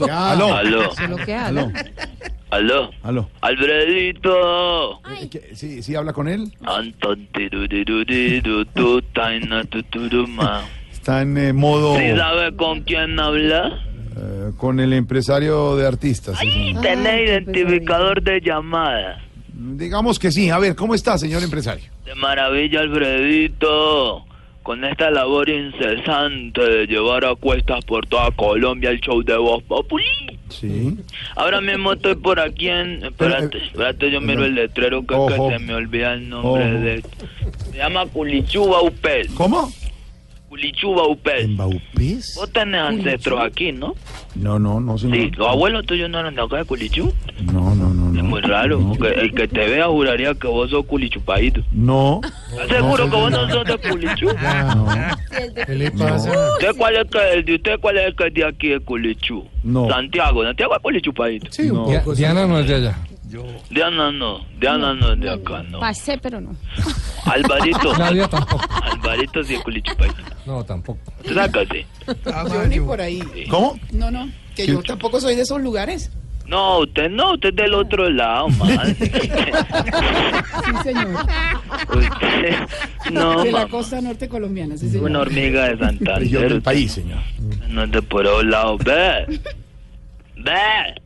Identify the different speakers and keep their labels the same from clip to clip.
Speaker 1: Ya.
Speaker 2: Aló.
Speaker 3: Aló,
Speaker 1: Eso es lo que habla.
Speaker 2: Aló.
Speaker 3: aló,
Speaker 2: Aló.
Speaker 3: Alfredito.
Speaker 4: Ay,
Speaker 2: ¿Qué? ¿Sí, sí habla con él?
Speaker 3: Anton tirurirudiru, tu taina tuturuma.
Speaker 2: Está en eh, modo
Speaker 3: ¿Sí sabe con quién habla?
Speaker 2: eh, con el empresario de artistas. Ah, sí, pues, señor.
Speaker 3: Tiene
Speaker 1: qué
Speaker 3: identificador de llamada.
Speaker 2: Digamos que sí. A ver, ¿cómo está, señor empresario?
Speaker 3: De maravilla, Alfredito. Con esta labor incesante de llevar a cuestas por toda Colombia el show de voz populi.
Speaker 2: Sí.
Speaker 3: Ahora mismo estoy por aquí en...
Speaker 2: Eh,
Speaker 3: Espérate, espérate, yo miro el letrero que, es
Speaker 2: Ojo.
Speaker 3: que se me olvida el nombre
Speaker 2: Ojo.
Speaker 3: de... Se llama Culichuba Upel.
Speaker 2: ¿Cómo?
Speaker 3: Culichuba Upel.
Speaker 2: ¿En Baupés?
Speaker 3: Vos tenés ancestros aquí, ¿no?
Speaker 2: No, no, no, señor.
Speaker 3: Sí, los abuelos tuyos no eran de acá de Culichú.
Speaker 2: No, no, no. no.
Speaker 3: Es muy raro,
Speaker 2: No.
Speaker 3: porque el que te vea juraría que vos sos culichupaíto.
Speaker 2: No.
Speaker 3: ¿Estás seguro
Speaker 2: no,
Speaker 3: que vos
Speaker 2: Ah, no. Ah.
Speaker 3: no sos de Culichú?
Speaker 2: No.
Speaker 1: ¿Qué le pasa?
Speaker 3: ¿Usted cuál, es que, el de usted cuál es el que es de aquí de Culichú?
Speaker 2: No.
Speaker 3: Santiago, Santiago es culichupaíto.
Speaker 1: Sí, un
Speaker 2: No.
Speaker 1: poco. sí.
Speaker 5: Diana no es de allá.
Speaker 3: Diana no, Diana no es de acá, no.
Speaker 6: Pasé, pero no.
Speaker 3: Alvarito,
Speaker 5: Nadia tampoco.
Speaker 3: Alvarito sí es culichupaíto.
Speaker 5: No, tampoco.
Speaker 3: ¿Tú sabes que sí?
Speaker 7: Yo ni por ahí.
Speaker 2: ¿Cómo?
Speaker 7: No, no, que yo tampoco soy de esos lugares.
Speaker 3: No, usted no, usted es del otro lado, man.
Speaker 7: Sí, señor.
Speaker 3: Usted, no,
Speaker 7: De la
Speaker 3: man.
Speaker 7: costa norte colombiana, sí,
Speaker 3: Una
Speaker 7: señor.
Speaker 3: hormiga de
Speaker 2: Yo
Speaker 3: Santander.
Speaker 2: del país, señor.
Speaker 3: No te por otro lado, ve. Ve,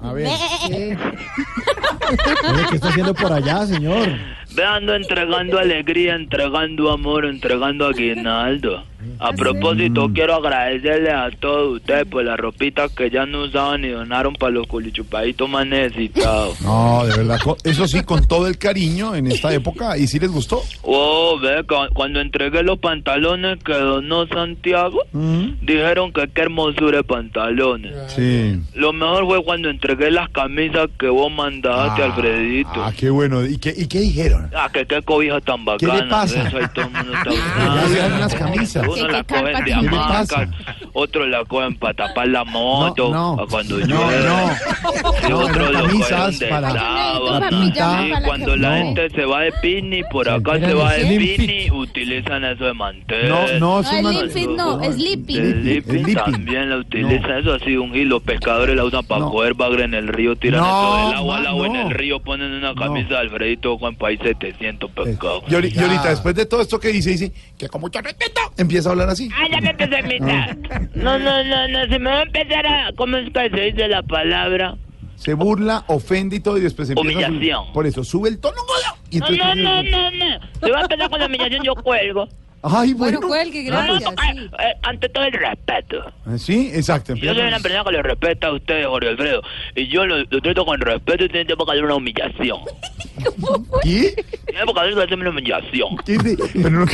Speaker 2: A ver.
Speaker 7: Eh,
Speaker 1: Oye, ¿Qué está haciendo por allá, señor?
Speaker 3: ve ando entregando alegría, entregando amor, entregando aguinaldo. A propósito, quiero agradecerles a todos ustedes por las ropitas que ya no usaban y donaron para los culichupaditos más necesitados.
Speaker 2: No, de verdad. co- Eso sí, con todo el cariño en esta época. ¿Y si les gustó?
Speaker 3: Oh, ve, cu- cuando entregué los pantalones que donó Santiago,
Speaker 2: ¿Mm?
Speaker 3: dijeron que qué hermosura de pantalones.
Speaker 2: Sí.
Speaker 3: Lo mejor fue cuando entregué las camisas que vos mandaste, Alfredito.
Speaker 2: Ah, qué bueno. ¿Y qué, y qué dijeron?
Speaker 3: Ah, que qué cobija tan bacana.
Speaker 2: ¿Qué le pasa? Ah,
Speaker 3: Eso ahí todo el mundo está
Speaker 2: Ya se dan las
Speaker 3: Ah,
Speaker 2: camisas.
Speaker 3: Uno
Speaker 6: ¿Qué-
Speaker 3: la
Speaker 6: qué carpa
Speaker 3: cogen de
Speaker 6: tiene?
Speaker 2: ¿Qué le
Speaker 3: hamaca,
Speaker 2: pasa?
Speaker 3: otro la cogen para tapar la moto,
Speaker 2: no,
Speaker 3: pa' cuando
Speaker 2: no,
Speaker 3: llueve.
Speaker 2: no,
Speaker 3: Y
Speaker 2: no,
Speaker 3: otro
Speaker 2: eran
Speaker 3: lo
Speaker 2: camisas
Speaker 3: cogen de
Speaker 2: para-
Speaker 3: clavo.
Speaker 2: Para pijama,
Speaker 3: Y
Speaker 6: para
Speaker 3: cuando la
Speaker 2: no.
Speaker 3: gente se va de picnic, por acá
Speaker 5: eran
Speaker 3: se va de
Speaker 5: Slim
Speaker 3: picnic, utilizan eso de mantel.
Speaker 2: No, no,
Speaker 6: No,
Speaker 2: es
Speaker 6: el
Speaker 2: una-
Speaker 6: Lipfit no, es Lippy.
Speaker 3: El
Speaker 2: El
Speaker 3: Lipping
Speaker 2: Lipping.
Speaker 3: también la utilizan, eso ha sido un hit. Los pescadores la usan para
Speaker 2: No.
Speaker 3: coger bagre en el río, tiran
Speaker 2: No,
Speaker 3: eso del agua al
Speaker 2: ma,
Speaker 3: agua en
Speaker 2: no. Eh,
Speaker 3: el río, ponen una camisa de Alfredito Juan País 700 pescados.
Speaker 2: Y, ahori- y ahorita, después de todo esto que dice, dice que con mucho respeto, empieza a hablar así.
Speaker 3: Ay, ya me empezó a imitar. No, no, no, no, se me va a empezar a... ¿Cómo es que se dice la palabra?
Speaker 2: Se burla, ofende y todo, y después empieza a subir.
Speaker 3: Humillación.
Speaker 2: Por eso, sube el tono, godo, y
Speaker 3: No,
Speaker 2: entonces-
Speaker 3: no, no, no, no. Se va a empezar con la humillación, yo cuelgo.
Speaker 2: Ay, bueno.
Speaker 1: Bueno, cuelgue,
Speaker 3: No, no,
Speaker 1: gracias.
Speaker 3: eh,
Speaker 1: sí.
Speaker 3: eh, ante todo el respeto.
Speaker 2: Sí, exacto.
Speaker 3: Yo soy una persona que le respeta a ustedes, Jorge Alfredo. Y yo lo, lo trato con respeto y tiene que hacer una humillación.
Speaker 2: ¿Qué?
Speaker 3: Tiene que hacerme una humillación.
Speaker 2: ¿Qué dice? Pero no-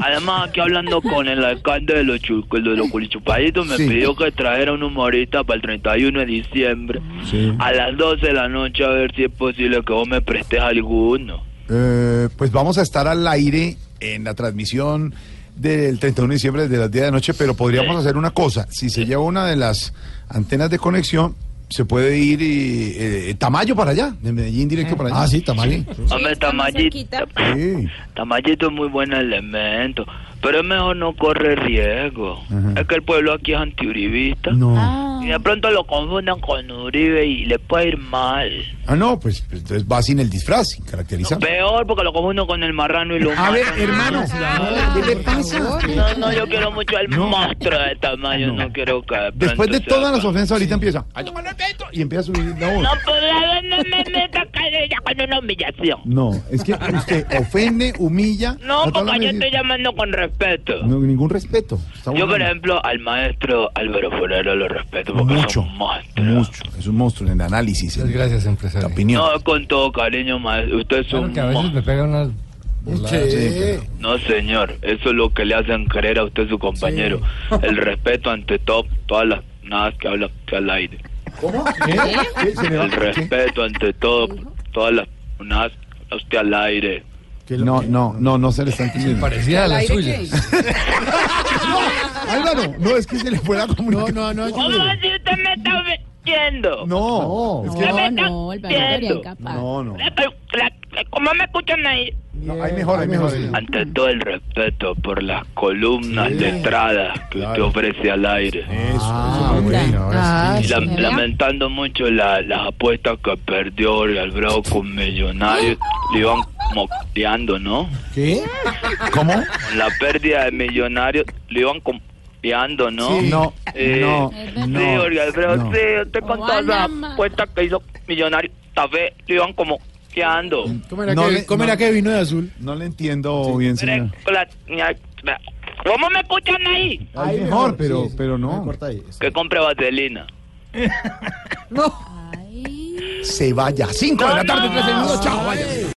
Speaker 3: Además, aquí hablando con el alcalde de los, chu- de los culichupaditos, me
Speaker 2: Sí.
Speaker 3: pidió que trajera un humorista para el 31 de diciembre
Speaker 2: Sí.
Speaker 3: a las 12 de la noche a ver si es posible que vos me prestes alguno.
Speaker 2: Eh, pues vamos a estar al aire en la transmisión del 31 de diciembre desde las 10 de la noche, pero podríamos
Speaker 3: Sí.
Speaker 2: hacer una cosa. Si se lleva una de las antenas de conexión, se puede ir y, eh, Tamayo para allá, de Medellín directo para allá.
Speaker 1: Ah, sí, Tamayo.
Speaker 3: Hombre,
Speaker 6: está muy
Speaker 3: Tamayito,
Speaker 2: Sí.
Speaker 3: Tamayito es muy buen elemento, pero es mejor no correr riesgo. Es que el pueblo aquí es antiuribista.
Speaker 2: No.
Speaker 3: Y de pronto lo confundan con Uribe y le puede ir mal.
Speaker 2: Ah, no, pues, pues, entonces va sin el disfraz, sin caracterizar.
Speaker 3: Peor porque lo confunden con el marrano y lo
Speaker 2: a ver,
Speaker 3: matan.
Speaker 2: hermano, ¿qué le pasa?
Speaker 3: No, no, yo quiero mucho al
Speaker 2: No.
Speaker 3: monstruo de tamaño,
Speaker 2: No.
Speaker 3: no, quiero que...
Speaker 2: Después
Speaker 3: pronto
Speaker 2: de
Speaker 3: se
Speaker 2: todas las
Speaker 3: haga.
Speaker 2: ofensas, ahorita empieza. "Ay, no me lo meto", Y empieza a subir la voz.
Speaker 3: No, por favor, no me meta cadena con una humillación.
Speaker 2: No, es que usted ofende, humilla.
Speaker 3: No,
Speaker 2: trata de
Speaker 3: porque yo
Speaker 2: medir-
Speaker 3: estoy llamando con respeto.
Speaker 2: No, ningún respeto. Está
Speaker 3: Yo,
Speaker 2: bueno.
Speaker 3: por ejemplo, al maestro Álvaro Forero lo respeto porque es
Speaker 2: Mucho,
Speaker 3: un monstruo.
Speaker 2: mucho. Es un monstruo en el análisis,
Speaker 5: Muchas
Speaker 2: en la
Speaker 5: gracias, empresario.
Speaker 2: opinión.
Speaker 3: No, con todo cariño, maestro. Usted es
Speaker 5: Claro
Speaker 3: un
Speaker 5: que a veces
Speaker 3: monstruo.
Speaker 5: me pega unas
Speaker 1: Sí.
Speaker 5: voladas.
Speaker 3: No, señor. Eso es lo que le hacen creer a usted, su compañero. El respeto ante todo, todas las nada que habla usted al aire.
Speaker 2: ¿Cómo? ¿Qué? ¿Qué? ¿Se le va?
Speaker 3: El
Speaker 2: ¿Qué?
Speaker 3: respeto ante todo, por todas las personas, a usted al aire.
Speaker 1: Que lo-
Speaker 2: No, no, no, no se le está entendiendo.
Speaker 5: Parecía a
Speaker 7: ¿Al
Speaker 5: las
Speaker 7: aire
Speaker 5: suyas.
Speaker 7: qué?
Speaker 2: Álvaro, no es que se le fuera la
Speaker 1: No,
Speaker 2: comunicación.
Speaker 1: no, no.
Speaker 3: ¿Cómo así usted me está metiendo?
Speaker 1: No.
Speaker 2: No, es que-
Speaker 6: No, no, el valor
Speaker 3: Entiendo.
Speaker 6: era capaz.
Speaker 2: no, no.
Speaker 3: ¿Cómo me escuchan ahí?
Speaker 2: No, hay mejor, hay mejor.
Speaker 3: Ante
Speaker 2: Mm.
Speaker 3: todo el respeto por las columnas letradas que usted
Speaker 2: Claro.
Speaker 3: ofrece al aire.
Speaker 2: Ah, bueno, ahora sí.
Speaker 3: Lam-
Speaker 6: ¿verdad?
Speaker 3: lamentando mucho la- las apuestas que perdió el Bravo con Millonarios, le iban moqueando, ¿no?
Speaker 1: ¿Qué?
Speaker 2: ¿Cómo?
Speaker 3: Con la pérdida de Millonarios, le iban copiando, ¿no?
Speaker 2: No,
Speaker 3: Eh,
Speaker 2: no,
Speaker 3: sí,
Speaker 2: no.
Speaker 3: Jorge Alfredo,
Speaker 2: no.
Speaker 3: sí, usted con
Speaker 6: Oh,
Speaker 3: todas las
Speaker 6: Anama.
Speaker 3: apuestas que hizo Millonarios, tal vez le iban como moqueando.
Speaker 2: Mm.
Speaker 5: ¿Cómo era,
Speaker 2: No
Speaker 5: que,
Speaker 2: le-
Speaker 5: cómo era
Speaker 2: no.
Speaker 5: que vino de azul?
Speaker 2: No le entiendo bien, señor.
Speaker 3: ¿Cómo me escuchan ahí?
Speaker 2: Hay mejor, pero, pero no.
Speaker 1: Corta ahí.
Speaker 3: Que compre vaselina.
Speaker 2: Se vaya. Cinco de la tarde, tres minutos. Chao, vaya.